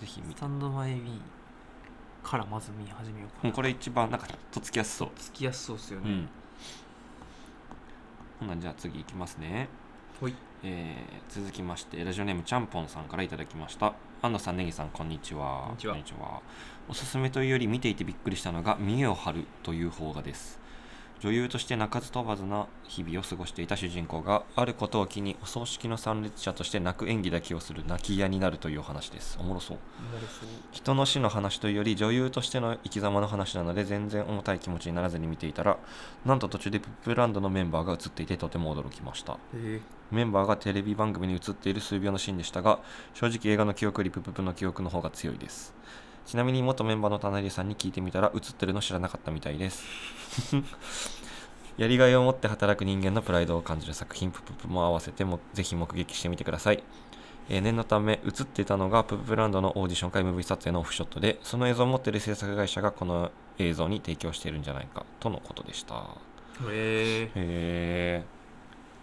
[SPEAKER 1] ぜひ見
[SPEAKER 2] スタンドマイビーからまず見始めようか
[SPEAKER 1] も
[SPEAKER 2] な
[SPEAKER 1] うこれ一番なんかとっつきやすそう
[SPEAKER 2] つきやすそうっすよ
[SPEAKER 1] う
[SPEAKER 2] ね、
[SPEAKER 1] んほんなんじゃあ次いきますね
[SPEAKER 2] ほい
[SPEAKER 1] えー続きましてラジオネームちゃんぽんさんからいただきました安野さんネギさんこんにちは
[SPEAKER 2] こんにちは
[SPEAKER 1] おすすめというより見ていてびっくりしたのが見栄を張るという方がです女優として鳴かず飛ばずな日々を過ごしていた主人公があることを機にお葬式の参列者として泣く演技だけをする泣き屋になるというお話ですおもろそう
[SPEAKER 2] なるそう
[SPEAKER 1] 人の死の話というより女優としての生き様の話なので全然重たい気持ちにならずに見ていたらなんと途中でプップランドのメンバーが映っていてとても驚きました
[SPEAKER 2] へえ
[SPEAKER 1] メンバーがテレビ番組に映っている数秒のシーンでしたが正直映画の記憶よりプププの記憶の方が強いですちなみに元メンバーの棚入さんに聞いてみたら映ってるの知らなかったみたいです *laughs* やりがいを持って働く人間のプライドを感じる作品プププも合わせてもぜひ目撃してみてくださいえー念のため映っていたのがプププランドのオーディションか MV 撮影のオフショットでその映像を持っている制作会社がこの映像に提供しているんじゃないかとのことでした
[SPEAKER 2] へえ
[SPEAKER 1] へ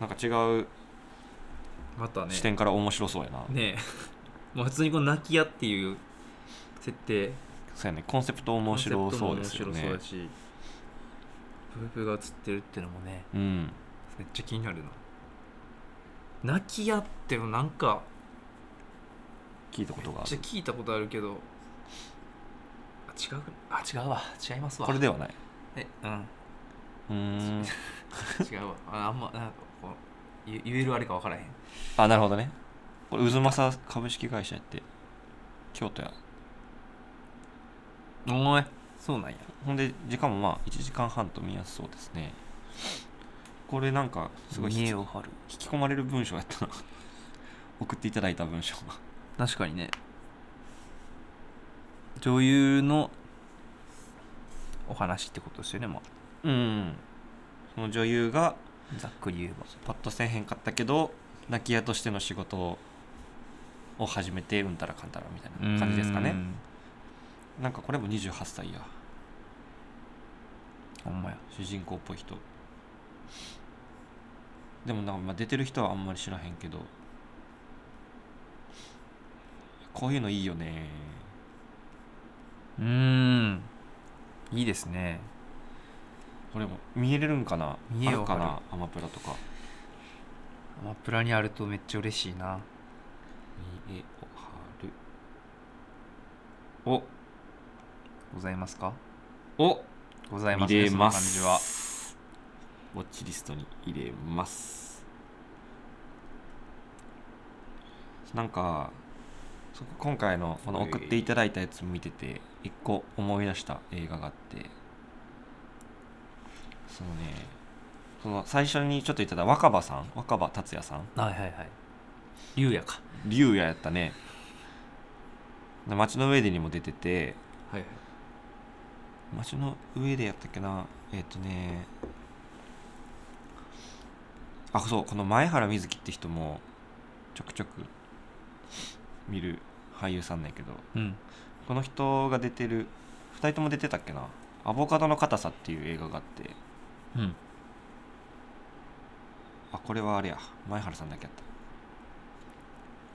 [SPEAKER 1] えんか違う
[SPEAKER 2] またね
[SPEAKER 1] 視点から面白そうやな、
[SPEAKER 2] ねえ *laughs* もう普通にこの泣き屋っていう設定
[SPEAKER 1] そうやねコンセプト面白そうですよ
[SPEAKER 2] コンセ
[SPEAKER 1] ね
[SPEAKER 2] プトも面白そうだしブーブーが映ってるってのもね
[SPEAKER 1] うん
[SPEAKER 2] めっちゃ気になるな泣き屋ってのなんか
[SPEAKER 1] 聞いたこと
[SPEAKER 2] め
[SPEAKER 1] が
[SPEAKER 2] っ
[SPEAKER 1] あ
[SPEAKER 2] ちゃ
[SPEAKER 1] る
[SPEAKER 2] 聞いたことあるけどあ違うあ違うわ違いますわ
[SPEAKER 1] これではない
[SPEAKER 2] えうん
[SPEAKER 1] うーん
[SPEAKER 2] 違うわああんまなんかこう言言えるあれか分からへん
[SPEAKER 1] あなるほどねこれ渦政株式会社やって京都や
[SPEAKER 2] おいそうなんや
[SPEAKER 1] ほんで時間もまあ1時間半と見やすそうですねこれなんかすごい引き
[SPEAKER 2] 見栄
[SPEAKER 1] 引
[SPEAKER 2] を張る
[SPEAKER 1] き込まれる文章やったな *laughs* 送っていただいた文章が
[SPEAKER 2] 確かにね女優のお話ってことですよねまあ
[SPEAKER 1] うんその女優が
[SPEAKER 2] ざっくり言えば
[SPEAKER 1] パッとせえへんかったけど泣き屋としての仕事を始めてうんたらかんたらみたいな感じですかねなんかこれも28歳や
[SPEAKER 2] ほんまや
[SPEAKER 1] 主人公っぽい人でもなんかまあ出てる人はあんまり知らへんけどこういうのいいよね
[SPEAKER 2] うーんいいですね
[SPEAKER 1] これも見えれるんかな
[SPEAKER 2] 見えよ
[SPEAKER 1] あるか
[SPEAKER 2] わ
[SPEAKER 1] なアマプラとか
[SPEAKER 2] アマプラにあるとめっちゃ嬉しいな
[SPEAKER 1] 見えを張る
[SPEAKER 2] おございますか
[SPEAKER 1] お
[SPEAKER 2] ございます
[SPEAKER 1] 入れ
[SPEAKER 2] その
[SPEAKER 1] ま
[SPEAKER 2] 感
[SPEAKER 1] す
[SPEAKER 2] じは
[SPEAKER 1] ウォッチリストに入れますなんかそこ今回のこの送っていただいたやつ見てて一個思い出した映画があってそのねその最初にちょっと言ってた若葉さん若葉達也さん
[SPEAKER 2] はいはいはい竜也か
[SPEAKER 1] 竜也やったねで街の上でにも出てて
[SPEAKER 2] はいはい
[SPEAKER 1] 街の上でやったっけなえっ、とねあそうこの前原瑞希って人もちょくちょく見る俳優さんなんやけど
[SPEAKER 2] うん
[SPEAKER 1] この人が出てる2人とも出てたっけな「アボカドの硬さ」っていう映画があって
[SPEAKER 2] うん
[SPEAKER 1] あこれはあれや前原さんだけやった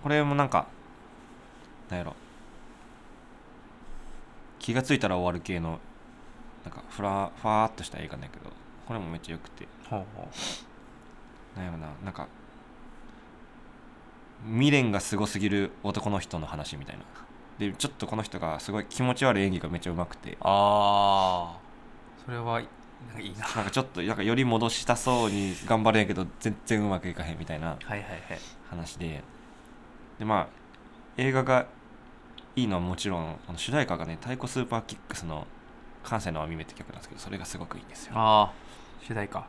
[SPEAKER 1] これもなんかなんやろ気がついたら終わる系のなんかふらふわーっとした映画なんやけどこれもめっちゃ良くて
[SPEAKER 2] ほうほ
[SPEAKER 1] なんやろななんか未練がすごすぎる男の人の話みたいなでちょっとこの人がすごい気持ち悪い演技がめっちゃうまくて
[SPEAKER 2] うああそれはいなんかいいな
[SPEAKER 1] なんかちょっとなんかより戻したそうに頑張るんやけど全然うまくいかへんみたいな
[SPEAKER 2] はいはいはい
[SPEAKER 1] 話ででまあ映画がいいのはもちろんあの主題歌がね「太鼓スーパーキックス」の「関西の網目」って曲なんですけどそれがすごくいいんですよ
[SPEAKER 2] ああ主題歌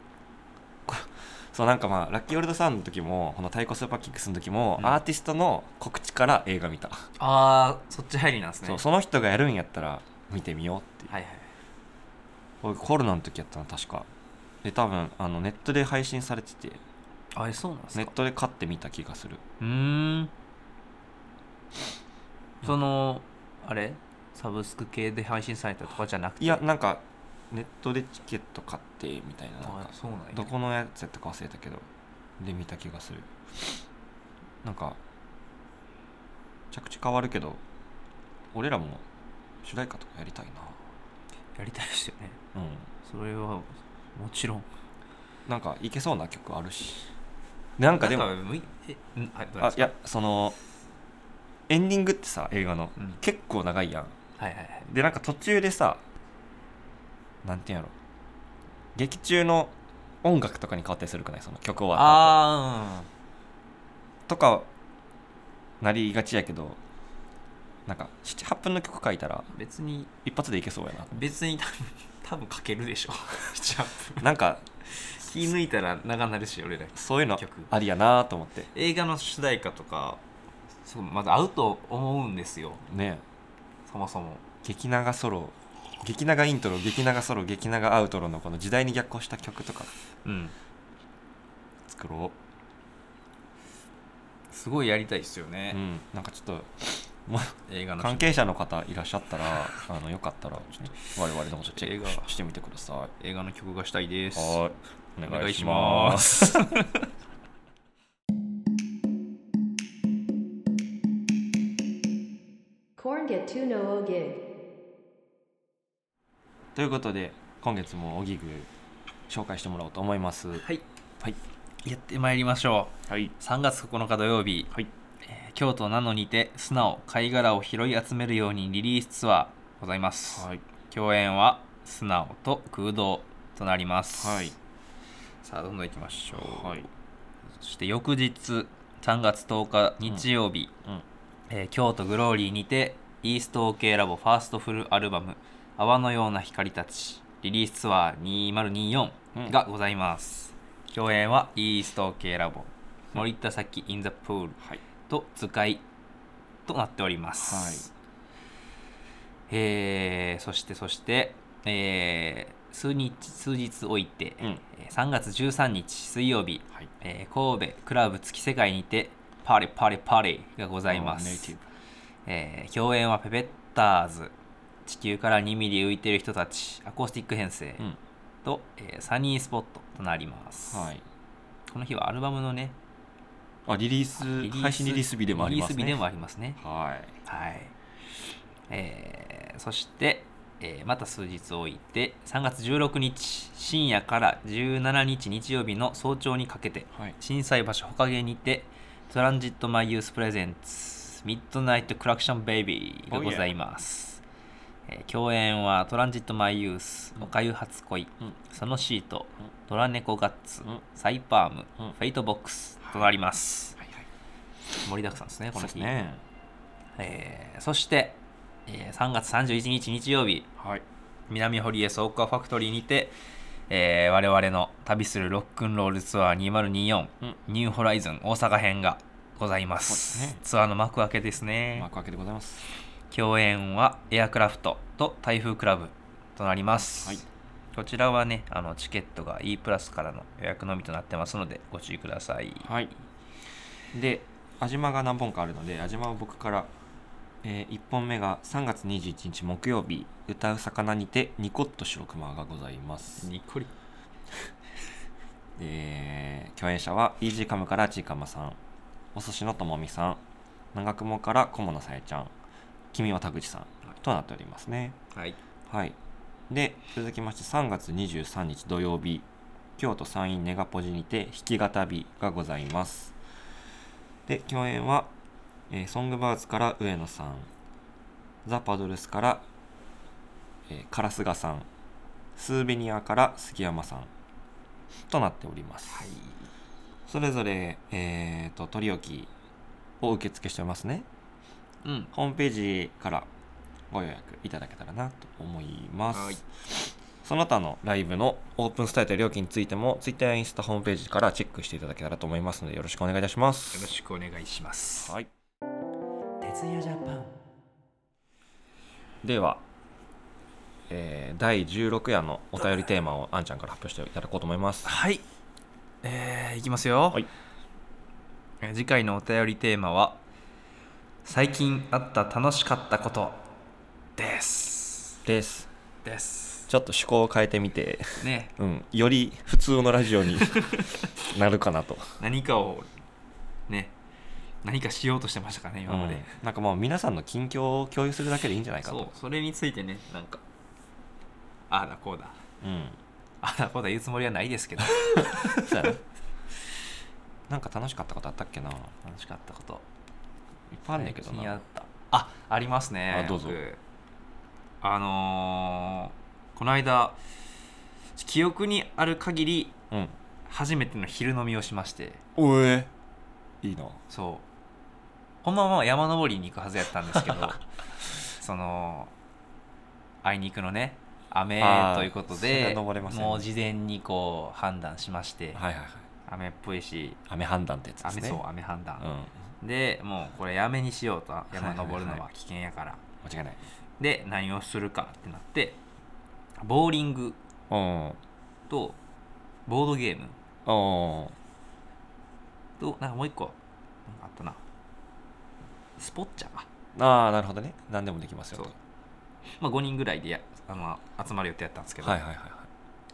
[SPEAKER 1] そうなんかまあラッキーオールドサンの時もこの「太鼓スーパーキックス」の時も、
[SPEAKER 2] うん
[SPEAKER 1] アーティストの告知から映画見た、
[SPEAKER 2] ああそっち入りなんですね
[SPEAKER 1] そうその人がやるんやったら見てみようっていう
[SPEAKER 2] はいはい
[SPEAKER 1] これコロナの時やったの確かで多分あのネットで配信されてて
[SPEAKER 2] あれそうなんです
[SPEAKER 1] ネ
[SPEAKER 2] か、
[SPEAKER 1] ットで買ってみた気がする
[SPEAKER 2] うーんそのあれサブスク系で配信されたとかじゃなくて
[SPEAKER 1] いやなんかネットでチケット買ってみたいななん
[SPEAKER 2] あ
[SPEAKER 1] か
[SPEAKER 2] そうなんや
[SPEAKER 1] どこのやつやったか忘れたけどで見た気がするなんか着地変わるけど俺らも主題歌とかやりたい
[SPEAKER 2] やりたいですよね
[SPEAKER 1] なうん
[SPEAKER 2] それはもちろん
[SPEAKER 1] なんかいけそうな曲あるしなんかでも
[SPEAKER 2] なんむいえんあどうなん
[SPEAKER 1] あ
[SPEAKER 2] です
[SPEAKER 1] い
[SPEAKER 2] か
[SPEAKER 1] やそのエンディングってさ映画の、
[SPEAKER 2] うん
[SPEAKER 1] 結構長いやん
[SPEAKER 2] はいはいはい
[SPEAKER 1] でなんか途中でさなんていうんやろ劇中の音楽とかに変わったりするくないその曲終わった後
[SPEAKER 2] あ
[SPEAKER 1] とかなりがちやけどなんか78分の曲書いたら
[SPEAKER 2] あうん別に
[SPEAKER 1] 一発でいけそうや *laughs* な
[SPEAKER 2] 別に多分多分書けるでしょ *laughs* ジャンプ
[SPEAKER 1] なんか
[SPEAKER 2] 気抜いたら長なるし俺ら
[SPEAKER 1] そういうの
[SPEAKER 2] 曲
[SPEAKER 1] ありやなと思って
[SPEAKER 2] 映画の主題歌とかそうまず合うと思うんですよ
[SPEAKER 1] ね
[SPEAKER 2] そもそも
[SPEAKER 1] 激長ソロ激長イントロ激長ソロ激長アウトロのこの時代に逆行した曲とか
[SPEAKER 2] うん
[SPEAKER 1] 作ろ
[SPEAKER 2] すごいやりたいですよ
[SPEAKER 1] う、
[SPEAKER 2] ね
[SPEAKER 1] う、ん、なんかちょっともう
[SPEAKER 2] 映画の
[SPEAKER 1] 関係者の方いらっしゃったらあのよかったらちょっと我々のことチェッ
[SPEAKER 2] 映画
[SPEAKER 1] クしてみてください
[SPEAKER 2] 映画の曲がしたいです
[SPEAKER 1] はいお
[SPEAKER 2] お
[SPEAKER 1] 願
[SPEAKER 2] 願
[SPEAKER 1] い
[SPEAKER 2] い
[SPEAKER 1] し
[SPEAKER 2] し
[SPEAKER 1] ま
[SPEAKER 2] ます
[SPEAKER 3] Corn get two no o gig.
[SPEAKER 1] ということで今月もおぎぐ紹介してもらおうと思います
[SPEAKER 2] はい
[SPEAKER 1] はい
[SPEAKER 2] やってまいりましょ
[SPEAKER 1] はいう
[SPEAKER 2] 3月9日土曜日、
[SPEAKER 1] はい
[SPEAKER 2] えー京都なのにて素直貝殻を拾い集めるようにリリースツアーございます、
[SPEAKER 1] はい
[SPEAKER 2] 共演は素直と空洞となります、
[SPEAKER 1] はい
[SPEAKER 2] さあどんどんいきましょう、
[SPEAKER 1] はい
[SPEAKER 2] そして翌日3月10日日曜日、
[SPEAKER 1] うん
[SPEAKER 2] えー京都グローリーにてイースト OK ラボファーストフルアルバム「泡のような光たち」リリースツアー
[SPEAKER 1] うん
[SPEAKER 2] 2024がございます、共演はイースト OK ラボ森田咲 in the pool
[SPEAKER 1] はい
[SPEAKER 2] と図解となっております、えーそしてそして、えー数日数日おいて、
[SPEAKER 1] うん
[SPEAKER 2] えー3月13日水曜日、
[SPEAKER 1] はい
[SPEAKER 2] えー神戸クラブ月世界にてパーリパーリパーリがございま
[SPEAKER 1] ネイテ
[SPEAKER 2] す
[SPEAKER 1] ィ、
[SPEAKER 2] えー共演はペペッターズ地球から2ミリ浮いてる人たちアコースティック編成
[SPEAKER 1] ブうん
[SPEAKER 2] と、えーサニースポットとなります、
[SPEAKER 1] はい
[SPEAKER 2] この日はアルバムのね
[SPEAKER 1] あリリース
[SPEAKER 2] リリース
[SPEAKER 1] 配信リリース日でもありますね
[SPEAKER 2] リリース日でもありますね
[SPEAKER 1] はい
[SPEAKER 2] はい、えーそして、えーまた数日置いて3月16日深夜から17日日曜日の早朝にかけて
[SPEAKER 1] はい
[SPEAKER 2] 震災橋ほかげにてトランジットマイユースプレゼンツミッドナイトクラクションベイビーがございます、えー共演はトランジットマイユース
[SPEAKER 1] うん
[SPEAKER 2] おかゆ初恋、
[SPEAKER 1] うん
[SPEAKER 2] そのシート、
[SPEAKER 1] うん
[SPEAKER 2] ドラネコガッツ、
[SPEAKER 1] うん
[SPEAKER 2] サイパーム、
[SPEAKER 1] うん
[SPEAKER 2] フェイトボックスとなります、
[SPEAKER 1] はいはい
[SPEAKER 2] 盛りだくさんですねこ
[SPEAKER 1] そう
[SPEAKER 2] の
[SPEAKER 1] で
[SPEAKER 2] 日
[SPEAKER 1] すね
[SPEAKER 2] えーそして、えー3月31日日曜日
[SPEAKER 1] はい
[SPEAKER 2] 南堀江総合ファクトリーにて、えー我々の旅するロックンロールツアー2024、
[SPEAKER 1] うん
[SPEAKER 2] ニューホライズン大阪編がございま
[SPEAKER 1] そう
[SPEAKER 2] す
[SPEAKER 1] ですね
[SPEAKER 2] ツアーの幕開けです
[SPEAKER 1] マー
[SPEAKER 2] ね
[SPEAKER 1] ク開けでございます
[SPEAKER 2] 共演はエアクラフトと台風クラブとなります、
[SPEAKER 1] はい
[SPEAKER 2] こちらはねあのチケットが E プラスからの予約のみとなってますのでご注意ください
[SPEAKER 1] はいで安島が何本かあるので安島は僕から、え1本目が3月21日木曜日「歌う魚」にてニコッと白熊がございます
[SPEAKER 2] にっこり
[SPEAKER 1] で共演者はイージーカムからちいかまさんお寿司のともみさん長雲から菰野さえちゃん君は田口さんとなっておりますね
[SPEAKER 2] はい
[SPEAKER 1] はいで続きまして3月23日土曜日京都山陰ネガポジにて弾き語りがございますで共演は、えーソングバーズから上野さんザ・パドルスから、えー、烏賀さんスーベニアから杉山さんとなっております、
[SPEAKER 2] はい
[SPEAKER 1] それぞれ、えー、と取り置きを受付しておりますね
[SPEAKER 2] うん
[SPEAKER 1] ホームページからご予約いただけたらなと思います。
[SPEAKER 2] はい
[SPEAKER 1] その他のライブのオープンスタイルや料金についても Twitter やインスタホームページからチェックしていただけたらと思いますのでよろしくお願いいたします。
[SPEAKER 2] よろしくお願いします
[SPEAKER 1] はい、
[SPEAKER 2] 徹夜ジャパン
[SPEAKER 1] ではえー第16夜のお便りテーマをあんちゃんから発表していただこうと思います
[SPEAKER 2] はい。えー、いきますよ。
[SPEAKER 1] はい
[SPEAKER 2] えー次回のお便りテーマは、最近あった楽しかったことです。
[SPEAKER 1] です
[SPEAKER 2] です。
[SPEAKER 1] ちょっと趣向を変えてみて、 *laughs*
[SPEAKER 2] ね、
[SPEAKER 1] うん、より普通のラジオ
[SPEAKER 2] *laughs*
[SPEAKER 1] になるかなと、
[SPEAKER 2] 何かを、ね、何かしようとしてましたかね、今まで。
[SPEAKER 1] うんなんかもう皆さんの近況を共有するだけでいいんじゃないか
[SPEAKER 2] そう
[SPEAKER 1] と、、
[SPEAKER 2] それについてね、なんか、ああだこうだ、
[SPEAKER 1] うん、
[SPEAKER 2] ああだこうだ言うつもりはないですけど、
[SPEAKER 1] そうやななんか楽しかったことあったっけないっ
[SPEAKER 2] 楽しかったこと。
[SPEAKER 1] ぱいあるんだけど
[SPEAKER 2] 最近あ
[SPEAKER 1] な
[SPEAKER 2] ったあありますね
[SPEAKER 1] あどうぞ
[SPEAKER 2] 僕あのーこの間記憶にある限り
[SPEAKER 1] うん
[SPEAKER 2] 初めての昼飲みをしまして
[SPEAKER 1] おえいいな
[SPEAKER 2] そうほんまは山登りに行くはずやったんですけど
[SPEAKER 1] *laughs*
[SPEAKER 2] そのあいにくのね雨
[SPEAKER 1] あー
[SPEAKER 2] ということ
[SPEAKER 1] それは
[SPEAKER 2] で、
[SPEAKER 1] 登れませんね
[SPEAKER 2] もう事前にこう判断しまして、
[SPEAKER 1] はいはいはい
[SPEAKER 2] 雨っぽいし
[SPEAKER 1] 雨判断ってやつです
[SPEAKER 2] 雨
[SPEAKER 1] ね
[SPEAKER 2] そう雨判
[SPEAKER 1] うん、
[SPEAKER 2] 断、
[SPEAKER 1] 間
[SPEAKER 2] でもうこれやめにしようと
[SPEAKER 1] いはいは
[SPEAKER 2] 山
[SPEAKER 1] い
[SPEAKER 2] 登るのは危険やから、
[SPEAKER 1] 違いない
[SPEAKER 2] で何をするかってなってボーリング
[SPEAKER 1] うんうん
[SPEAKER 2] とボードゲーム
[SPEAKER 1] うん
[SPEAKER 2] となんかもう一個なんかあったなスポッチャか、
[SPEAKER 1] ああなるほどね何でもできますよ
[SPEAKER 2] そう
[SPEAKER 1] と
[SPEAKER 2] まあ、5人ぐらいでやあの集まる予定やったんですけど、
[SPEAKER 1] はいはいはいはい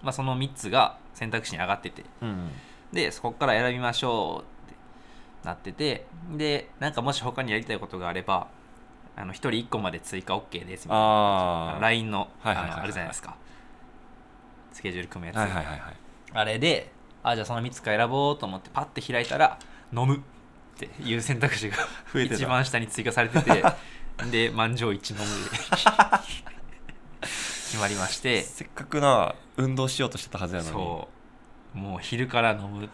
[SPEAKER 2] まあ、その3つが選択肢に上がってて
[SPEAKER 1] うん
[SPEAKER 2] でそこから選びましょうってなっててでなんかもし他にやりたいことがあればあの1人1個まで追加 OK ですみたいなあ
[SPEAKER 1] あ
[SPEAKER 2] の
[SPEAKER 1] あ
[SPEAKER 2] LINE のあ
[SPEAKER 1] はいはいはいはい
[SPEAKER 2] のあるじゃないですかスケジュール組むやつ、
[SPEAKER 1] はいはいはいはい
[SPEAKER 2] あれで、あ、じゃあその3つか選ぼうと思ってパッて開いたら、飲むっていう選択肢が
[SPEAKER 1] 増えてた
[SPEAKER 2] 一番下に追加され
[SPEAKER 1] *laughs*
[SPEAKER 2] てて、で、満場一致飲むで決まりまして、
[SPEAKER 1] せっかくな運動しようとしてたはずやのに
[SPEAKER 2] そう、もう昼から飲むに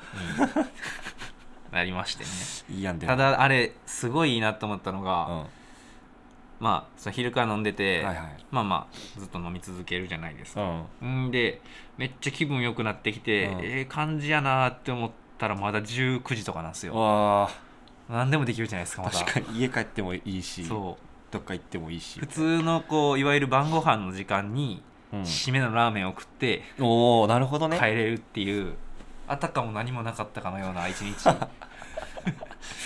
[SPEAKER 2] なりましてね。
[SPEAKER 1] いいやんで
[SPEAKER 2] ただ、あれ、すごいいいなと思ったの
[SPEAKER 1] うん
[SPEAKER 2] が、
[SPEAKER 1] は
[SPEAKER 2] まあ、その昼から飲んで
[SPEAKER 1] い
[SPEAKER 2] て、
[SPEAKER 1] はい
[SPEAKER 2] まあまあ、ずっと飲み続けるじゃないです
[SPEAKER 1] う
[SPEAKER 2] か。
[SPEAKER 1] ん
[SPEAKER 2] んで、めっちゃ気分良くなってきて、
[SPEAKER 1] うん
[SPEAKER 2] ええ感じやなーって思ったら、まだ19時とかなんですよ。
[SPEAKER 1] わあ
[SPEAKER 2] 何でもできるじゃないですかまた
[SPEAKER 1] 確かに家帰ってもいいし
[SPEAKER 2] そ
[SPEAKER 1] どっか行ってもいいし
[SPEAKER 2] う普通のこういわゆる晩ご飯の時間に
[SPEAKER 1] うん
[SPEAKER 2] 締めのラーメンを食って
[SPEAKER 1] おおなるほどね
[SPEAKER 2] 帰れるっていう、あたかも何もなかったかのような一
[SPEAKER 1] *laughs*
[SPEAKER 2] 日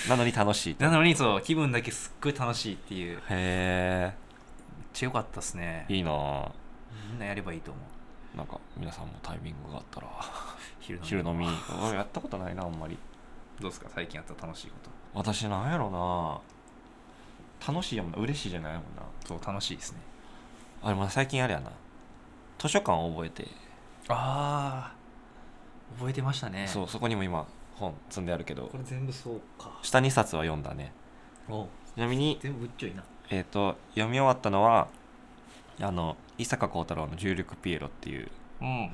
[SPEAKER 1] なのに楽しいと
[SPEAKER 2] なのにそう気分だけすっごい楽しいっていうめっ
[SPEAKER 1] へ
[SPEAKER 2] ちゃ良かったですね
[SPEAKER 1] えいいなあ
[SPEAKER 2] みんなやればいいと思う
[SPEAKER 1] なんか皆さんもタイミングがあったら
[SPEAKER 2] 昼の
[SPEAKER 1] 昼飲み俺やったことないなあんまり
[SPEAKER 2] どうですか最近あった楽しいこと
[SPEAKER 1] 私なんやろな楽しいやもんな嬉しいじゃないもんな
[SPEAKER 2] そう楽しいですね
[SPEAKER 1] あれも最近あれやな図書館を覚えて、
[SPEAKER 2] ああ覚えてましたね
[SPEAKER 1] そうそこにも今本積んであるけど
[SPEAKER 2] これ全部そうか
[SPEAKER 1] 下2冊は読んだね
[SPEAKER 2] お
[SPEAKER 1] ちなみに、
[SPEAKER 2] 全部ぶっちょいな
[SPEAKER 1] えー、と読み終わったのはあの伊坂幸太郎の「重力ピエロ」っていう、
[SPEAKER 2] うん
[SPEAKER 1] ま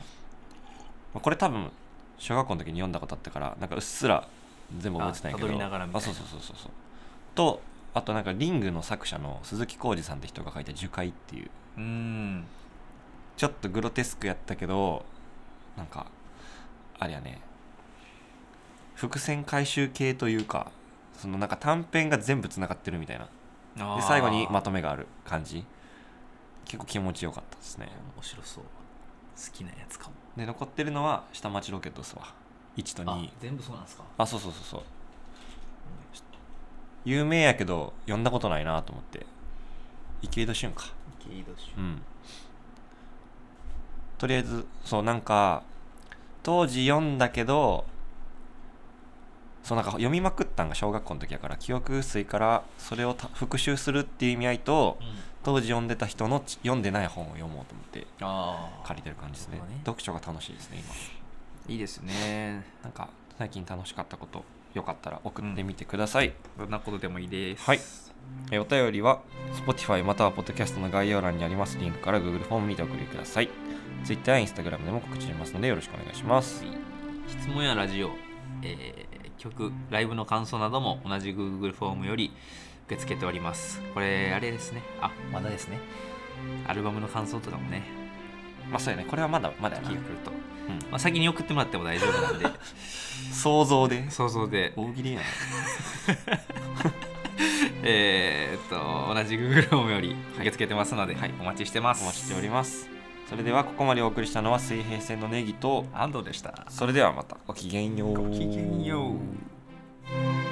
[SPEAKER 1] あこれ多分小学校の時に読んだことあったからなんかうっすら全部覚えてたんやけど
[SPEAKER 2] あ辿りながらみたいな
[SPEAKER 1] あそうそうそうそうそうとあとなんか「リング」の作者の鈴木浩二さんって人が書いた「樹海」っていう
[SPEAKER 2] うーん
[SPEAKER 1] ちょっとグロテスクやったけどなんかあれやね伏線回収系というかそのなんか短編が全部つながってるみたいな
[SPEAKER 2] あ
[SPEAKER 1] で
[SPEAKER 2] ー
[SPEAKER 1] 最後にまとめがある感じ結構気持ちよかったですね
[SPEAKER 2] 面白そう好きなやつかも
[SPEAKER 1] で残ってるのは下町ロケットですわ1と2
[SPEAKER 2] 全部そうなんですか
[SPEAKER 1] あそうそうそうそう有名やけど読んだことないなと思って池井戸潤か
[SPEAKER 2] ゲイドシ
[SPEAKER 1] うんとりあえずそうなんか当時読んだけどそうなんか読みまくったんが小学校の時やから記憶薄いからそれをた復習するっていう意味合いと
[SPEAKER 2] うん、
[SPEAKER 1] 当時読んでた人のち読んでない本を読もうと思って
[SPEAKER 2] あ
[SPEAKER 1] 借りてる感じですね
[SPEAKER 2] なるほどね
[SPEAKER 1] 読書が楽しいですね今
[SPEAKER 2] いいですね
[SPEAKER 1] なんか最近楽しかったことよかったら送ってみてください、
[SPEAKER 2] どんなことでもいいです
[SPEAKER 1] はいえお便りは Spotify または Podcast の概要欄にありますリンクから Google フォームにてお送りください Twitter や Instagram でも告知しますのでよろしくお願いします
[SPEAKER 2] 質問やラジオ、えー曲ライブの感想なども同じ Google フォームより受け付けておりますこれあれですねあまだですねアルバムの感想とかもね
[SPEAKER 1] まあそうやねこれはまだまだやな
[SPEAKER 2] 聞いてくると、
[SPEAKER 1] ん
[SPEAKER 2] まあ、先に送ってもらっても大丈夫な
[SPEAKER 1] *laughs*
[SPEAKER 2] んで
[SPEAKER 1] 想像で
[SPEAKER 2] 想像で
[SPEAKER 1] 大喜利やな
[SPEAKER 2] えーっと同じ Google ホームより受け付けてますので、お待ちしてます
[SPEAKER 1] お待ちしておりますそれではここまでお送りしたのは水平線のネギと
[SPEAKER 2] 安藤でした
[SPEAKER 1] それではまたごきげんよう
[SPEAKER 2] ごきげんよう